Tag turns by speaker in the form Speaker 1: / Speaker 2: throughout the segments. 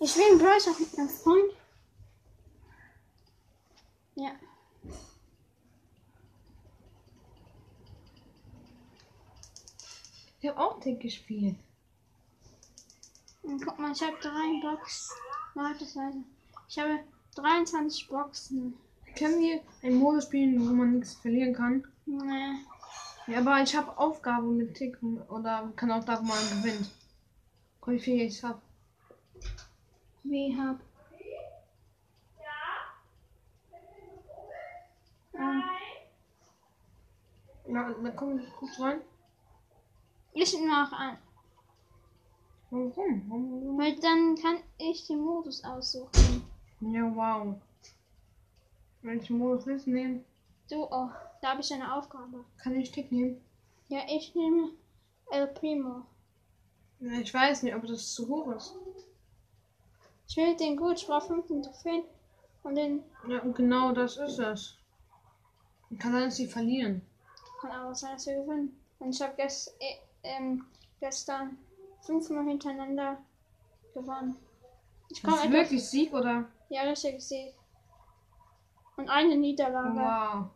Speaker 1: Ich spiele Brawl auch mit einem Freund. Ja.
Speaker 2: Ich habe auch Tick gespielt.
Speaker 1: Und guck mal, ich habe drei Boxen. Leute, das weiß ich. Ich habe 23 Boxen.
Speaker 2: Können wir einen Modus spielen, wo man nichts verlieren kann?
Speaker 1: Nee.
Speaker 2: Ja, aber ich habe Aufgaben mit Tick oder kann auch da, wo man gewinnt. Guck, Wie viel ich habe.
Speaker 1: Wie hab. Ah,
Speaker 2: Na, na komm, guck rein.
Speaker 1: ich mach an.
Speaker 2: Warum? Warum?
Speaker 1: Weil dann kann ich den Modus aussuchen.
Speaker 2: Ja, wow. Welchen Modus willst du nehmen?
Speaker 1: Du auch. Da habe ich eine Aufgabe.
Speaker 2: Kann ich Tick nehmen?
Speaker 1: Ja, ich nehme El Primo.
Speaker 2: Ja, Ich weiß nicht, ob das zu hoch ist.
Speaker 1: Ich will den gut, ich brauche 15 Trophäen. Und den
Speaker 2: Ja, und genau das ist es. Kann sein, dass sie verlieren.
Speaker 1: kann aber sein, dass wir gewinnen. Und ich habe gest äh, ähm, gestern fünfmal hintereinander gewonnen. Ich
Speaker 2: Komm,
Speaker 1: komme
Speaker 2: ist
Speaker 1: etwas.
Speaker 2: wirklich Sieg oder?
Speaker 1: Ja, richtig Sieg. Und eine Niederlage.
Speaker 2: Wow.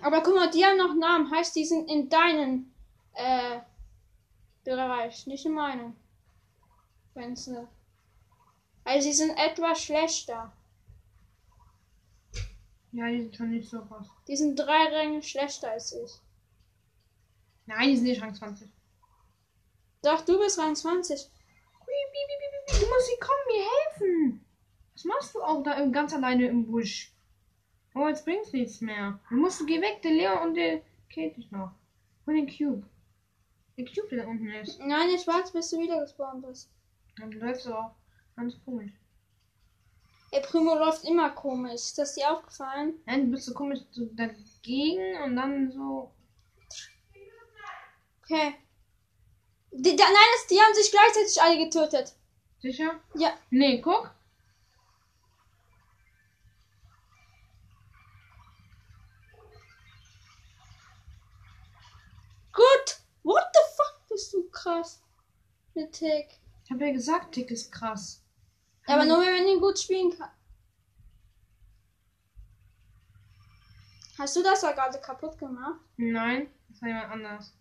Speaker 1: Aber guck mal, die haben noch Namen. Heißt, die sind in deinen äh, Bereich, nicht in meinem. Wenn's ne. Also sie sind etwas schlechter.
Speaker 2: Ja, die sind schon nicht so krass.
Speaker 1: Die sind drei Ränge schlechter als ich.
Speaker 2: Nein, die sind nicht Rang 20.
Speaker 1: Doch, du bist Rang 20.
Speaker 2: Du musst sie kommen, mir helfen. Was machst du auch da im- ganz alleine im Busch? Oh, jetzt bringt's nichts mehr. Du musst, geh weg, der Leon und der killt dich noch. Und den Cube. Der Cube, der da unten ist.
Speaker 1: Nein, ich warte, bis du wieder gespawnt bist.
Speaker 2: Dann läufst du auch. Ganz komisch.
Speaker 1: Der Primo läuft immer komisch. Ist das dir aufgefallen?
Speaker 2: Nein, du bist so komisch so dagegen und dann so.
Speaker 1: Okay. Die, da, nein, das, die haben sich gleichzeitig alle getötet.
Speaker 2: Sicher?
Speaker 1: Ja.
Speaker 2: Nee, guck.
Speaker 1: Gut. What the fuck bist du krass? Mit Tick.
Speaker 2: Ich hab ja gesagt, Tick ist krass.
Speaker 1: Ja, aber nur wenn ihn gut spielen kann. Hast du das da gerade kaputt gemacht?
Speaker 2: Nein, das war jemand anders.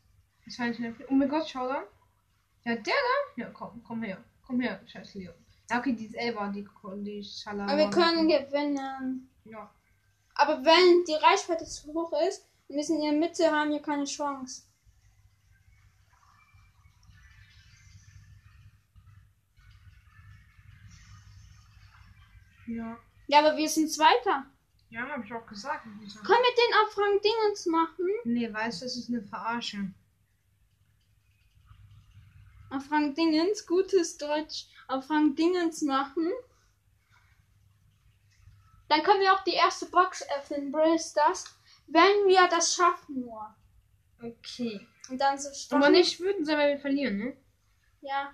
Speaker 2: Das war nicht mehr. Oh mein Gott, schau da. Ja, der da? Ja, komm, komm her. Komm her, scheiß Leon. Ja, okay, die ist Elba, die, die Schalala.
Speaker 1: Aber wir können gewinnen.
Speaker 2: Ja.
Speaker 1: Aber wenn die Reichweite zu hoch ist und wir sind in der Mitte, haben wir keine Chance.
Speaker 2: Ja.
Speaker 1: Ja, aber wir sind Zweiter.
Speaker 2: Ja, hab ich auch gesagt. hab ich gesagt.
Speaker 1: Können wir den auf Rang Dingens machen?
Speaker 2: Nee, weißt du, das ist eine Verarsche.
Speaker 1: Auf Rang Dingens, gutes Deutsch, auf Rang Dingens machen. Dann können wir auch die erste Box öffnen, Brawl Stars. Wenn wir das schaffen nur.
Speaker 2: Okay.
Speaker 1: Und dann so
Speaker 2: Aber
Speaker 1: starten-
Speaker 2: nicht wütend sein, wenn wir verlieren, ne?
Speaker 1: Ja.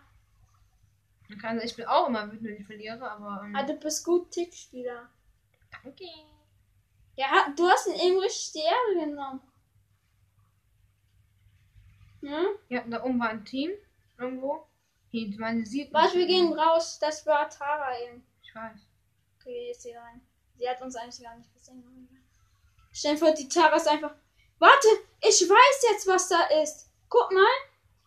Speaker 2: Okay, also ich bin auch immer wütend, wenn ich verliere, aber. Ähm,
Speaker 1: Ah, du bist gut Tippspieler.
Speaker 2: danke.
Speaker 1: Ja, du hast ihn eben richtig die Ehre genommen. Ne?
Speaker 2: Ja, da oben war ein Team. Irgendwo. Hier, ich meine, sieht
Speaker 1: Warte, wir gehen raus. Das war Tara eben.
Speaker 2: Ich weiß.
Speaker 1: Okay, jetzt hier rein. Sie hat uns eigentlich gar nicht gesehen. Stell dir vor, die Tara ist einfach. Warte, ich weiß jetzt, was da ist. Guck mal.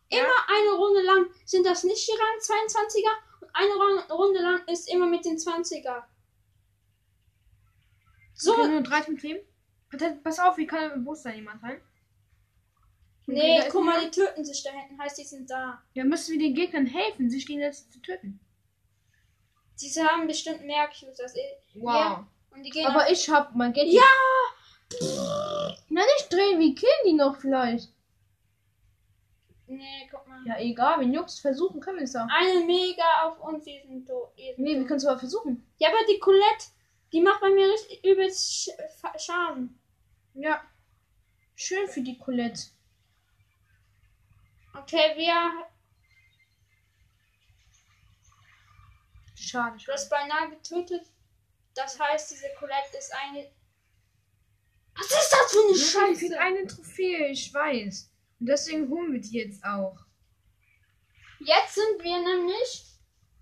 Speaker 2: Ja.
Speaker 1: Immer eine Runde lang sind das nicht die Rang 22er und eine Ran- Runde lang ist immer mit den 20er. So,
Speaker 2: Okay, nur 13 Team. Bitte, Pass auf, wie kann im Bus da jemand rein?
Speaker 1: nee,
Speaker 2: da ist
Speaker 1: guck mal, die
Speaker 2: jemand.
Speaker 1: töten sich da hinten. Heißt, die sind da.
Speaker 2: Ja, müssen wir den Gegnern helfen, sich gegenseitig zu töten.
Speaker 1: Sie haben bestimmt mehr Cues als ich. Ja. Und die gehen.
Speaker 2: Aber
Speaker 1: auf-
Speaker 2: ich hab mein Geld.
Speaker 1: Ja!
Speaker 2: Na, nicht drehen, wie killen die noch vielleicht?
Speaker 1: nee, guck mal.
Speaker 2: Ja, egal, wenn Jux versuchen, können wir es auch.
Speaker 1: Eine mega auf uns, die sind tot. Die sind
Speaker 2: Nee, wir
Speaker 1: tot.
Speaker 2: können es aber versuchen.
Speaker 1: Ja, aber die Colette, die macht bei mir richtig übelst Sch Fa- Schaden.
Speaker 2: Ja. Schön für die Colette.
Speaker 1: Okay, wir.
Speaker 2: Schade.
Speaker 1: Du hast beinahe getötet. Das heißt, diese Colette ist eine. Was ist das für eine
Speaker 2: Scheiße. fehlt
Speaker 1: Scheiße?
Speaker 2: eine Trophäe, ich weiß. Und deswegen holen wir die jetzt auch.
Speaker 1: Jetzt sind wir nämlich.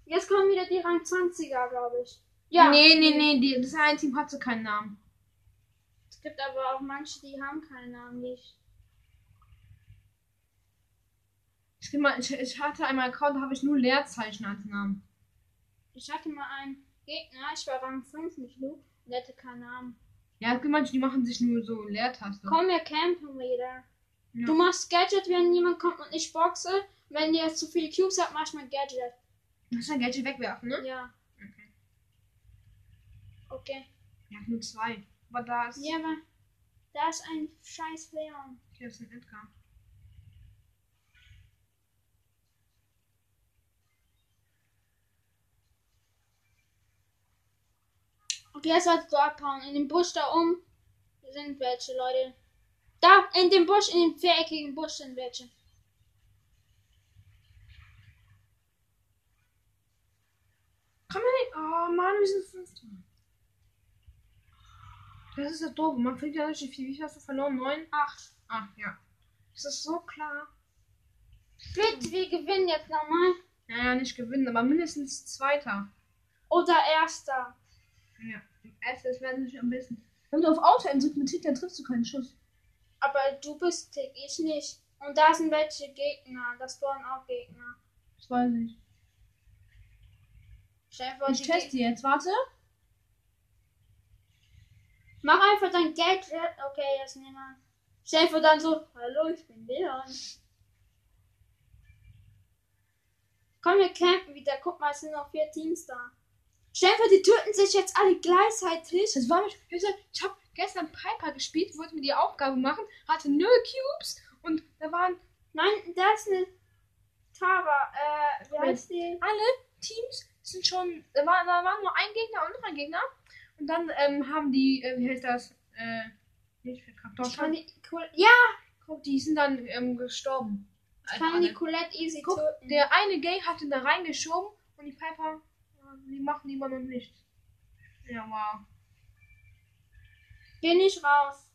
Speaker 1: Jetzt kommen wieder die Rang 20er, glaube ich. Ja.
Speaker 2: Nee, nee, nee, die, das eine Team hatte keinen Namen.
Speaker 1: Es gibt aber auch manche, die haben keinen Namen, die ich.
Speaker 2: Ich, geh mal, ich, ich hatte einmal einen Account, da habe ich nur Leerzeichen als Namen.
Speaker 1: Ich hatte mal einen Gegner, ich war Rang 5 mit Lu und der hatte keinen Namen.
Speaker 2: Ja, es gibt manche, die machen sich nur so Leertaste.
Speaker 1: Komm, wir campen wieder.
Speaker 2: Ja.
Speaker 1: Du machst Gadget, wenn jemand kommt und ich boxe. Wenn ihr jetzt zu viele Cubes habt, mach ich mal Gadget.
Speaker 2: Du musst dein Gadget wegwerfen, ne?
Speaker 1: Ja. Okay.
Speaker 2: Ja, nur zwei. Aber da ist.
Speaker 1: Ja, aber da ist ein scheiß Leon.
Speaker 2: Hier ist ein Edgar.
Speaker 1: Okay, jetzt solltest du abhauen. In dem Busch da oben sind welche, Leute. Da, in dem Busch, in dem viereckigen Busch sind welche.
Speaker 2: Kann man nicht. Oh Mann, wir sind Fünfter. Das ist ja doof. Man kriegt ja richtig viel. Wie viel hast du verloren? Neun?
Speaker 1: Ach,
Speaker 2: Ach, ja. Das ist so klar.
Speaker 1: bitte, wir gewinnen jetzt nochmal.
Speaker 2: Naja, nicht gewinnen, aber mindestens Zweiter.
Speaker 1: Oder Erster.
Speaker 2: Ja. Erstes wäre natürlich am besten. Wenn du auf Auto endsitzt mit Tick, dann triffst du keinen Schuss.
Speaker 1: Aber du bist Tick, ich nicht. Und da sind welche Gegner. Das waren auch Gegner.
Speaker 2: Das weiß ich.
Speaker 1: Stell dir vor,
Speaker 2: Ich
Speaker 1: die
Speaker 2: teste jetzt. Warte.
Speaker 1: Mach einfach dein Geld wert. Okay, jetzt nehmen wir. Stell vor dann so, hallo, ich bin Leon. Komm, wir campen wieder. Guck mal, es sind noch vier Teams da. Stell vor, die töten sich jetzt alle gleichzeitig.
Speaker 2: Das war mich. Ich habe gestern Piper gespielt, wollte mir die Aufgabe machen, hatte null Cubes und da waren
Speaker 1: Nein, da ist eine Tara. Äh, wie
Speaker 2: Ja.
Speaker 1: heißt die?
Speaker 2: alle Teams sind schon, da war, da war nur ein Gegner und noch ein Gegner. Und dann ähm, haben die, äh, wie heißt das? Äh, nicht verkackt, doch,
Speaker 1: Ich kann
Speaker 2: schon.
Speaker 1: die, Col- ja,
Speaker 2: Guck, die sind dann ähm, gestorben.
Speaker 1: ich
Speaker 2: Also
Speaker 1: kann die
Speaker 2: alle.
Speaker 1: Colette easy
Speaker 2: Guck,
Speaker 1: töten.
Speaker 2: Der eine Gay hat ihn da reingeschoben und die Piper, äh, die machen niemandem nichts. Ja, wow.
Speaker 1: Geh nicht raus.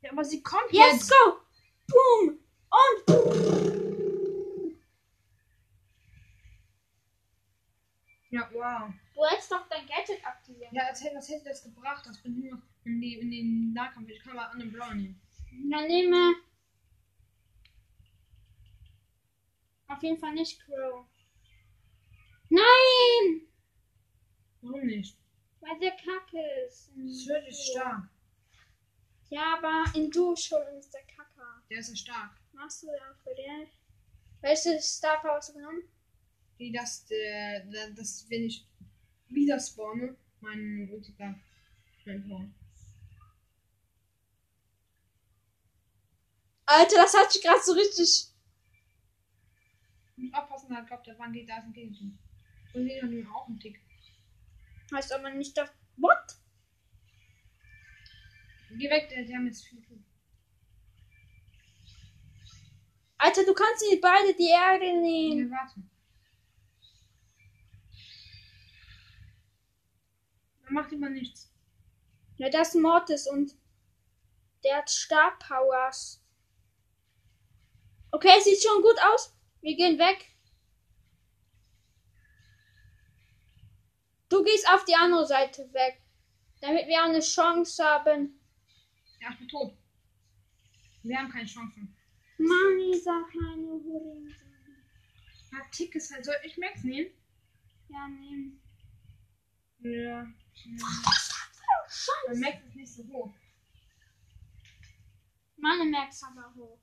Speaker 2: Ja, aber sie kommt
Speaker 1: Yes,
Speaker 2: jetzt.
Speaker 1: go! Boom! Und.
Speaker 2: Ja, wow.
Speaker 1: Du hättest doch dein Gadget aktiviert.
Speaker 2: Ja, als hätte, was hätte das gebracht? Das bin nur in, die, in den Nahkampf. Ich kann mal an den Brown nehmen.
Speaker 1: Dann nehme auf jeden Fall nicht Crow. Nein!
Speaker 2: Warum nicht?
Speaker 1: Weil der Kacke ist.
Speaker 2: Das ist wirklich stark.
Speaker 1: Ja, aber in Duo schon ist der Kacke.
Speaker 2: Der ist ja stark.
Speaker 1: Machst du ja für den? Welche Star Power hast du genommen?
Speaker 2: Wie das, äh, da- das, wenn ich wieder spawne, mein Ultiker. Mein Horn.
Speaker 1: Alter, das hat sich gerade so richtig.
Speaker 2: Muss aufpassen, da glaubt der Wand geht, da ist ein Gegner. Und Leon nimmt auch einen Tick.
Speaker 1: Heißt aber nicht das. What?
Speaker 2: Geh weg, der, die haben jetzt viel zu.
Speaker 1: Alter, du kannst die beide die Erde nehmen.
Speaker 2: Wir warten. Dann macht immer nichts.
Speaker 1: Ja, das ist Mortis und der hat Star Powers. Okay, sieht schon gut aus. Wir gehen weg. Du gehst auf die andere Seite weg, damit wir auch eine Chance haben.
Speaker 2: Ja, ich bin tot. Wir haben keine Chancen.
Speaker 1: Mann, dieser kleine Hurensohn.
Speaker 2: Ja, Tick ist halt so. Ich merk's nicht.
Speaker 1: Ja, nehmen.
Speaker 2: Ja. Man merkt es nicht so hoch.
Speaker 1: Meine merkt's aber hoch.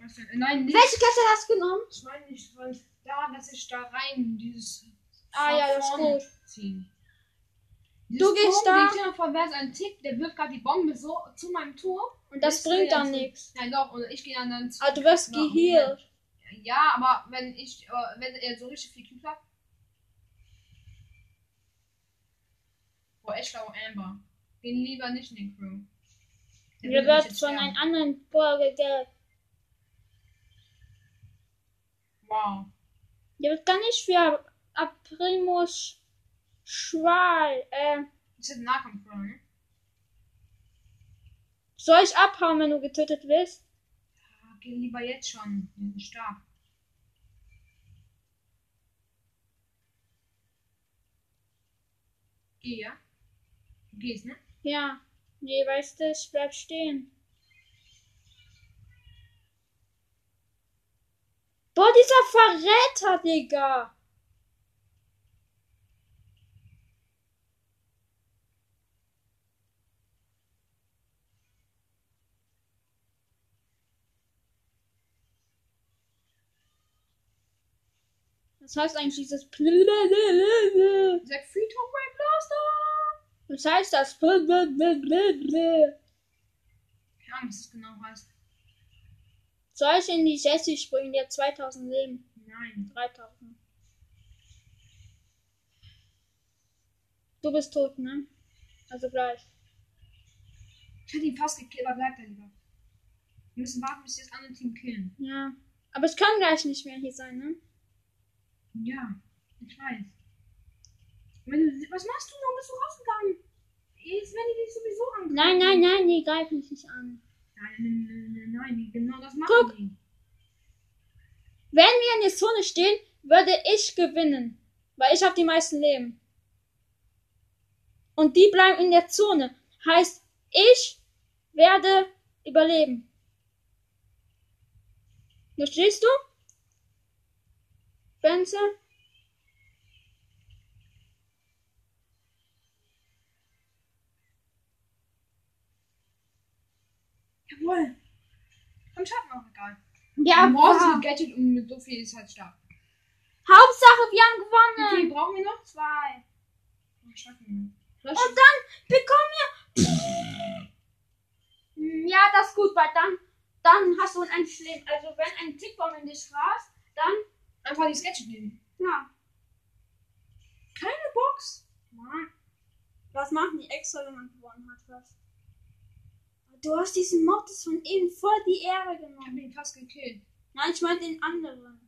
Speaker 2: Was denn? Nein, nicht.
Speaker 1: Welche Kette hast du genommen?
Speaker 2: Ich meine nicht, weil da, dass ich da rein dieses.
Speaker 1: Ah,
Speaker 2: von
Speaker 1: ja, das ist
Speaker 2: vorne
Speaker 1: gut.
Speaker 2: Ziehen.
Speaker 1: Du gehst da-
Speaker 2: Ich von wer ist ein Tick, der wirft gerade die Bombe so zu meinem Tor.
Speaker 1: Und das
Speaker 2: Ich
Speaker 1: bringt
Speaker 2: dreh
Speaker 1: dann
Speaker 2: jetzt.
Speaker 1: nichts.
Speaker 2: Nein, doch, und ich gehe dann dann zu.
Speaker 1: Ah, du wirst
Speaker 2: Ja,
Speaker 1: geheilt.
Speaker 2: Ja, aber wenn ich, äh, wenn er so richtig viel Cubes hat. Boah, echt schlau, Amber. Geh lieber nicht in den Crew. Der
Speaker 1: Mir
Speaker 2: würde mich
Speaker 1: wird
Speaker 2: jetzt
Speaker 1: von
Speaker 2: sterben.
Speaker 1: einem anderen Burger geheilt.
Speaker 2: Wow.
Speaker 1: Der wird gar nicht für Aprimus Schwal. Äh,
Speaker 2: Das ist ein Nahkampf, oder? ne?
Speaker 1: soll ich abhauen, wenn du getötet wirst?
Speaker 2: Ah, Geh lieber jetzt schon. Die sind stark. Geh, ja? Du gehst, ne?
Speaker 1: Ja. Nee, weißt du, ich bleib stehen. Boah, dieser Verräter, Digga. Das heißt eigentlich dieses...
Speaker 2: Sag Free Talk My Blaster!
Speaker 1: Was heißt das? Soll
Speaker 2: Keine Ahnung, was das genau heißt.
Speaker 1: ich in die Jessie springen, die hat 2000 Leben?
Speaker 2: Nein.
Speaker 1: 3000. Du bist tot, ne? Also gleich.
Speaker 2: Ich hätte ihn fast gekillt, aber bleib da lieber. Wir müssen warten, bis wir das andere Team killen.
Speaker 1: Ja. Aber ich kann gleich nicht mehr hier sein, ne?
Speaker 2: Ja, ich weiß. Wenn du, was machst du? Warum bist du rausgegangen? Jetzt werden die dich sowieso angreifen.
Speaker 1: Nein, nein, nein, nee, greif mich nicht an.
Speaker 2: Nein, nein, nein, nein, nein, genau das machen
Speaker 1: Guck.
Speaker 2: die.
Speaker 1: Wenn wir in der Zone stehen, würde ich gewinnen. Weil ich habe die meisten Leben. Und die bleiben in der Zone. Heißt, ich werde überleben. Verstehst du? Benze?
Speaker 2: Jawohl. Und Schatten auch egal.
Speaker 1: Ja,
Speaker 2: Morse
Speaker 1: wow.
Speaker 2: wow. Gadget und mit so viel ist halt stark.
Speaker 1: Hauptsache, wir haben
Speaker 2: Wie
Speaker 1: gewonnen.
Speaker 2: viel brauchen wir noch? Zwei. Oh, Schatten. Flash.
Speaker 1: Und dann bekommen wir. Hm, Ja, das ist gut, weil dann, dann hast du ein Leben. Also, wenn ein Tickbomb in dich rast, dann.
Speaker 2: Einfach die Sketch nehmen.
Speaker 1: Ja.
Speaker 2: Keine Box. Mann.
Speaker 1: Was machen die extra, wenn man gewonnen hat? Was? Du hast diesen Mortis von eben voll die Ehre
Speaker 2: Ich hab
Speaker 1: genommen.
Speaker 2: ihn fast gekillt.
Speaker 1: Nein, ich meine den anderen.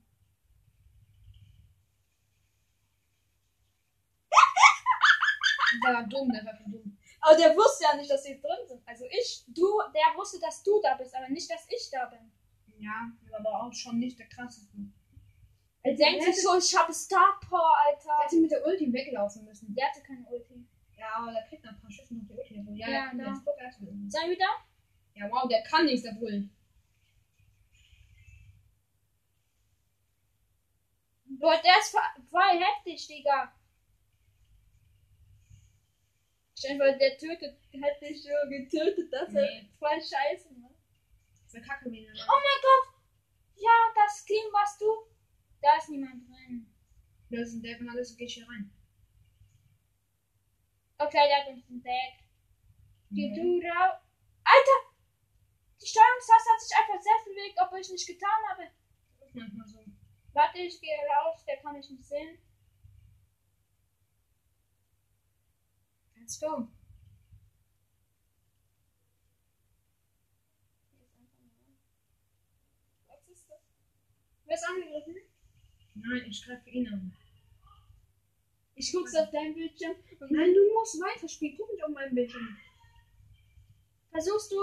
Speaker 2: Der war dumm, der war einfach dumm.
Speaker 1: Aber der wusste ja nicht, dass sie drin sind. Also ich, du, der wusste, dass du da bist, aber nicht, dass ich da bin.
Speaker 2: Ja, der war aber auch schon nicht der krasseste.
Speaker 1: Er denkt sich so, ich habe Star Power,
Speaker 2: Der
Speaker 1: Alter.
Speaker 2: hätte mit der Ulti weglaufen müssen.
Speaker 1: Der hatte keine Ulti.
Speaker 2: Ja, aber der kriegt noch ein paar Schüsse mit der Ulti. Also, Ja,
Speaker 1: Ja,
Speaker 2: ja,
Speaker 1: da.
Speaker 2: der ist guck, er hat ihn.
Speaker 1: Sei wieder?
Speaker 2: Ja, wow, der kann nichts, der Bullen.
Speaker 1: Boah, der ist voll- voll heftig, Digga. Scheinbar der tötet, hat dich so getötet, dass er
Speaker 2: Nee.
Speaker 1: voll scheiße macht.
Speaker 2: Der Kacke wieder.
Speaker 1: Oh mein Gott! Ja, das Team warst du. Da ist niemand drin.
Speaker 2: Das ist ein Dev und alles, geh ich hier rein.
Speaker 1: Okay, der hat uns entdeckt. Geh
Speaker 2: Mhm.
Speaker 1: du raus. Alter! Die Steuerungstaste hat sich einfach selbst bewegt, obwohl ich nicht getan habe.
Speaker 2: Das ist manchmal so.
Speaker 1: Warte, ich gehe raus, der kann mich nicht sehen.
Speaker 2: Let's go.
Speaker 1: Was ist das? Wer ist angegriffen?
Speaker 2: Nein, ich greife ihn an.
Speaker 1: Ich guck's auf deinen Bildschirm und
Speaker 2: Nein, du musst weiterspielen. Guck nicht auf meinen Bildschirm.
Speaker 1: versuchst du,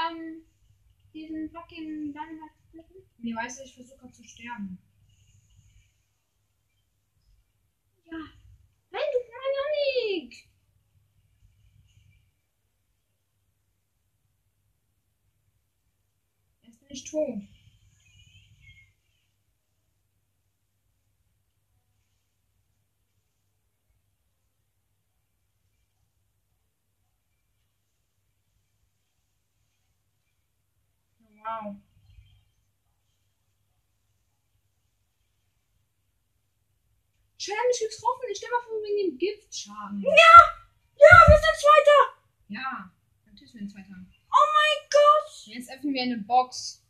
Speaker 1: ähm, diesen fucking Dynamite zu klicken?
Speaker 2: Nee, weißt du, ich versuche gerade zu sterben.
Speaker 1: Ja.
Speaker 2: Nein, du kleiner Nick! Jetzt bin ich tot. Wow. Schön, mich getroffen. Ich stell mal vor, wegen dem Giftschaden.
Speaker 1: Ja, wir sind Zweiter!
Speaker 2: Ja, natürlich sind zwei Tage.
Speaker 1: Oh mein Gott!
Speaker 2: Jetzt öffnen wir eine Box.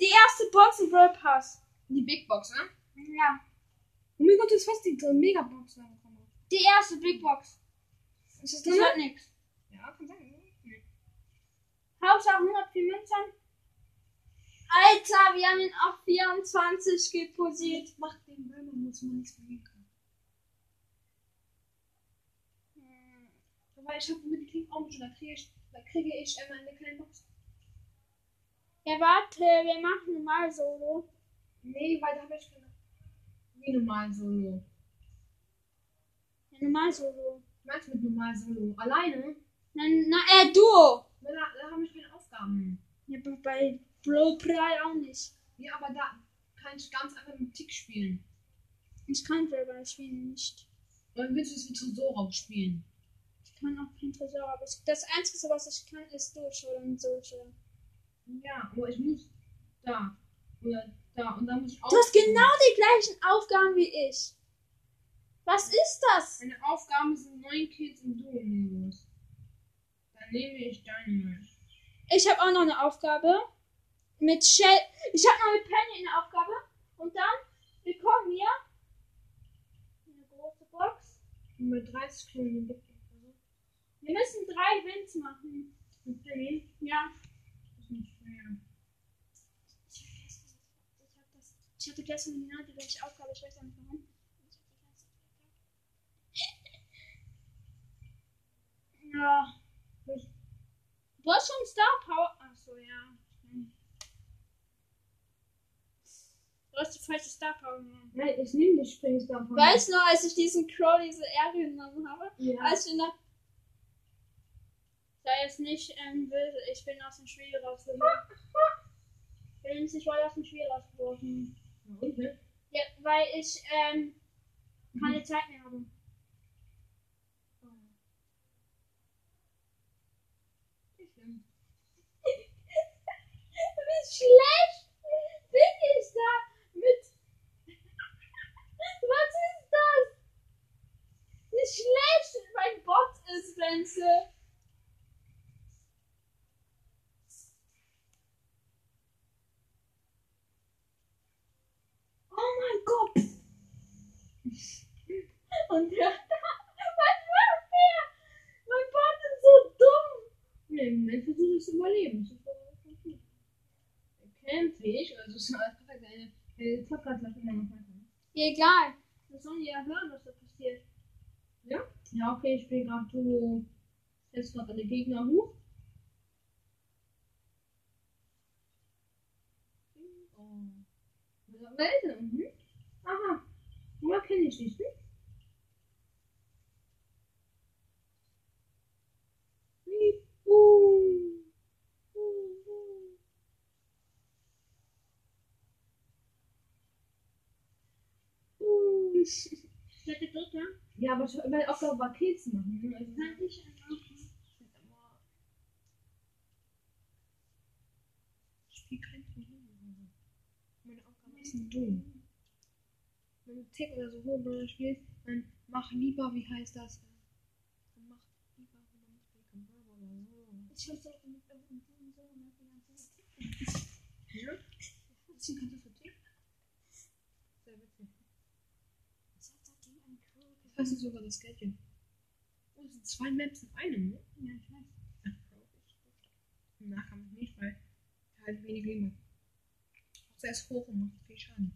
Speaker 1: Die erste Box im World Pass.
Speaker 2: Die Big Box, ne?
Speaker 1: Ja.
Speaker 2: Oh mein Gott, jetzt fast die dritte Mega Box angekommen.
Speaker 1: Die erste Big Box.
Speaker 2: Ist das
Speaker 1: Das wird nix.
Speaker 2: Ja, kann sein. ne?
Speaker 1: Hauptsache 104 Münzen. Alter, wir haben ihn auf 24 geposiert.
Speaker 2: Macht den Böhmer, muss man nichts bewegen. Aber ich habe mit dem King Orange, da kriege ich, da kriege ich immer eine kleine Box.
Speaker 1: Ja, warte, wir machen mal Solo.
Speaker 2: Nee, weil da habe ich keine. Wie normal Solo.
Speaker 1: Ja, normal Solo.
Speaker 2: Meinst mit normal Solo? Alleine?
Speaker 1: Nein, na, äh, Duo.
Speaker 2: Da, da habe ich keine Aufgaben.
Speaker 1: Ja, aber bei Bro Pride auch nicht.
Speaker 2: Ja, aber da kann ich ganz einfach mit Tick spielen.
Speaker 1: Ich kann Brawler spielen nicht.
Speaker 2: Dann willst du es mit Tresor spielen.
Speaker 1: Ich kann auch kein Tresor, aber ich, das Einzige, was ich kann, ist Dojo und Sojo.
Speaker 2: Ja, aber ich muss da. Oder da. Und dann muss ich auch.
Speaker 1: Du hast genau die gleichen Aufgaben wie ich. Was ist das?
Speaker 2: Meine Aufgaben sind neun Kills im Duo-Modus. Dann nehme ich Dynamite.
Speaker 1: Ich habe auch noch eine Aufgabe. Mit Shell. Ich habe noch mit Penny eine Aufgabe. Und dann bekommen wir eine große Box.
Speaker 2: Und bei 30 Kilo in den Bett.
Speaker 1: Wir müssen drei Wins machen.
Speaker 2: Mit Penny.
Speaker 1: Ja.
Speaker 2: Das ist nicht schwer.
Speaker 1: Ich hab gestern- ich hab das- Ich hatte gestern genau die gleiche Aufgabe, ich weiß auch nicht warum. Ich hab die ganze Zeit- Ja. Du hast schon Star Power. Achso, ja. Hm. Du hast die falsche Star Power genommen.
Speaker 2: Nein, ich nehme die Springstar von.
Speaker 1: Weißt du noch, als ich diesen Crow diese Erde genommen habe?
Speaker 2: Ja.
Speaker 1: Als wir noch. Sei jetzt nicht ähm, böse, ich bin aus dem Spiel rausgeworfen. Willens, ich wurde aus dem Spiel rausgeworfen.
Speaker 2: Und, ne?
Speaker 1: Ja, weil ich ähm, keine Zeit mehr habe. Wie schlecht bin ich da mit. Was ist das? Wie schlecht mein Bot ist, Wenzel. Oh mein Gott. Und der. Was macht der? Mein Bot ist so dumm.
Speaker 2: Nee, im Moment versuche ich zu überleben. Zu versuchen. Kämpfe ich, also es ist perfekt. Eine- Eine Podcast läuft immer noch weiter.
Speaker 1: Egal. Das sollen die ja hören, was da passiert.
Speaker 2: Ja, okay, ich bin gerade du. Jetzt gerade alle Gegner hoch. Oh. Welche? Mhm. Aha. Woher kenne ich dich? Hm? Piep, buh. Buh, buh. Buh.
Speaker 1: Wer gedrückt, ja?
Speaker 2: Ja, aber ich- meine Aufgabe war Kills machen. ne? Also,
Speaker 1: Kann ich einfach.
Speaker 2: Ich spiele kein Turnier. Meine Aufgabe ist ein Duo. Wenn du Tick oder so Hohlbrille spielst, dann mach lieber, wie heißt das? äh, Dann mach lieber, wie man mit Bacon Burger oder so.
Speaker 1: Ich hab's auch mit irgendeinem dummen Sohn ne, die ganze Zeit.
Speaker 2: Ja? Was ist denn das für Tick? Sehr witzig.
Speaker 1: Ich hab da gegen einen Crow
Speaker 2: Ich weiß nicht sogar das Gadget. Oh, das sind zwei Maps in einem, ne?
Speaker 1: Ja, ich weiß.
Speaker 2: Na, kann man nicht, weil er halt wenig Leben hat. Außer er ist hoch und macht viel Schaden.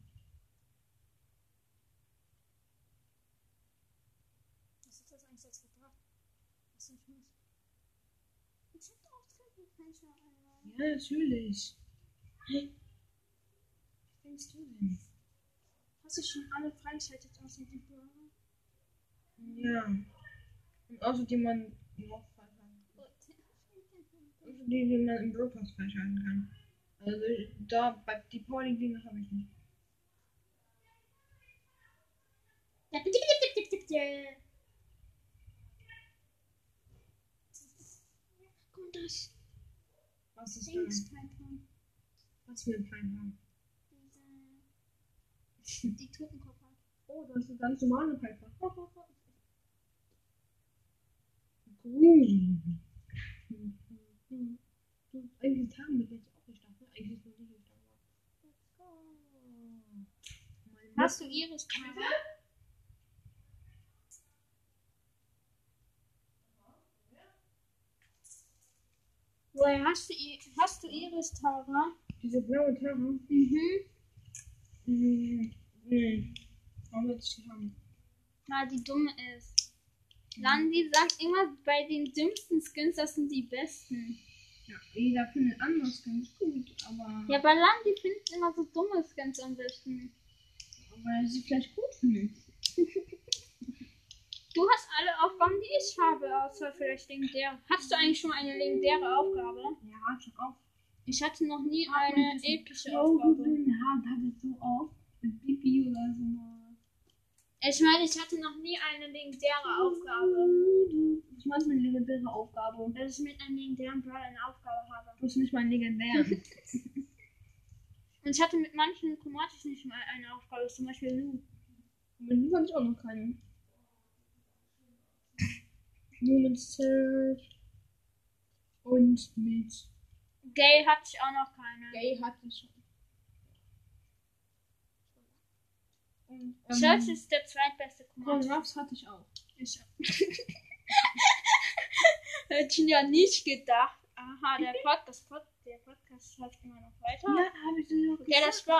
Speaker 1: Was ist das eigentlich jetzt gebracht? Was ich muss. Ich hab da auch drin, kann ich noch einmal.
Speaker 2: Ja, natürlich. Hä? Was denkst du denn?
Speaker 1: Hast du schon alle freigeschaltet aus dem Burger?
Speaker 2: Ja. Und außerdem man noch freischalten kann. Außerdem, die man im Broadcast freischalten kann. Also ich- da, bei die Pauling Dinge habe ich nicht.
Speaker 1: Guck mal, das
Speaker 2: Was ist das?
Speaker 1: Dings-Python.
Speaker 2: Was für ein Python?
Speaker 1: Diese. Die Totenkopf hat.
Speaker 2: Oh, das ist eine ganz normale Python. Gruselig. Eigentlich haben wir jetzt auch nicht dafür. Eigentlich nur die Hälfte.
Speaker 1: Hast du Iris Kamera? Woher hast du, I- hast du Iris Tara?
Speaker 2: Diese blaue Terra.
Speaker 1: Mhm.
Speaker 2: Mhm. Mhm. Warum hätte ich die haben?
Speaker 1: Na, die dumme ist. Landi sagt immer, bei den dümmsten Skins, das sind die besten.
Speaker 2: Ja, jeder findet anders ganz gut, aber,
Speaker 1: Ja, aber Landi findet immer so dumme Skins am besten.
Speaker 2: aber er sie vielleicht gut findet.
Speaker 1: Du hast alle Aufgaben, die Lieblingsfarbe, außer vielleicht legendär. Hast du eigentlich schon mal eine legendäre Aufgabe?
Speaker 2: Ja, schon oft.
Speaker 1: Ich hatte noch nie eine epische
Speaker 2: so
Speaker 1: Aufgabe.
Speaker 2: gesehen. Ja, das ist so oft. Mit Bibi oder so.
Speaker 1: Ich meine, ich hatte noch nie eine legendäre Aufgabe.
Speaker 2: Ich meine, eine legendäre Aufgabe.
Speaker 1: Dass ich mit einem legendären Brawler eine Aufgabe habe.
Speaker 2: Du bist nicht mal legendär.
Speaker 1: Und ich hatte mit manchen chromatisch nicht mal eine Aufgabe, zum Beispiel Lu.
Speaker 2: Mit Lu habe ich auch noch keinen. Nur mit Serge und mit
Speaker 1: Gay hatte ich auch noch keine.
Speaker 2: Gay hatte ich schon. Und, ähm,
Speaker 1: Church ist der zweitbeste
Speaker 2: Paul
Speaker 1: Kommandant.
Speaker 2: Ruffs ähm, hatte ich auch.
Speaker 1: Ich hätte ihn ja nicht gedacht. Aha, der Podcast, Pod, der Podcast läuft immer noch weiter.
Speaker 2: habe ich dir noch
Speaker 1: Okay, das war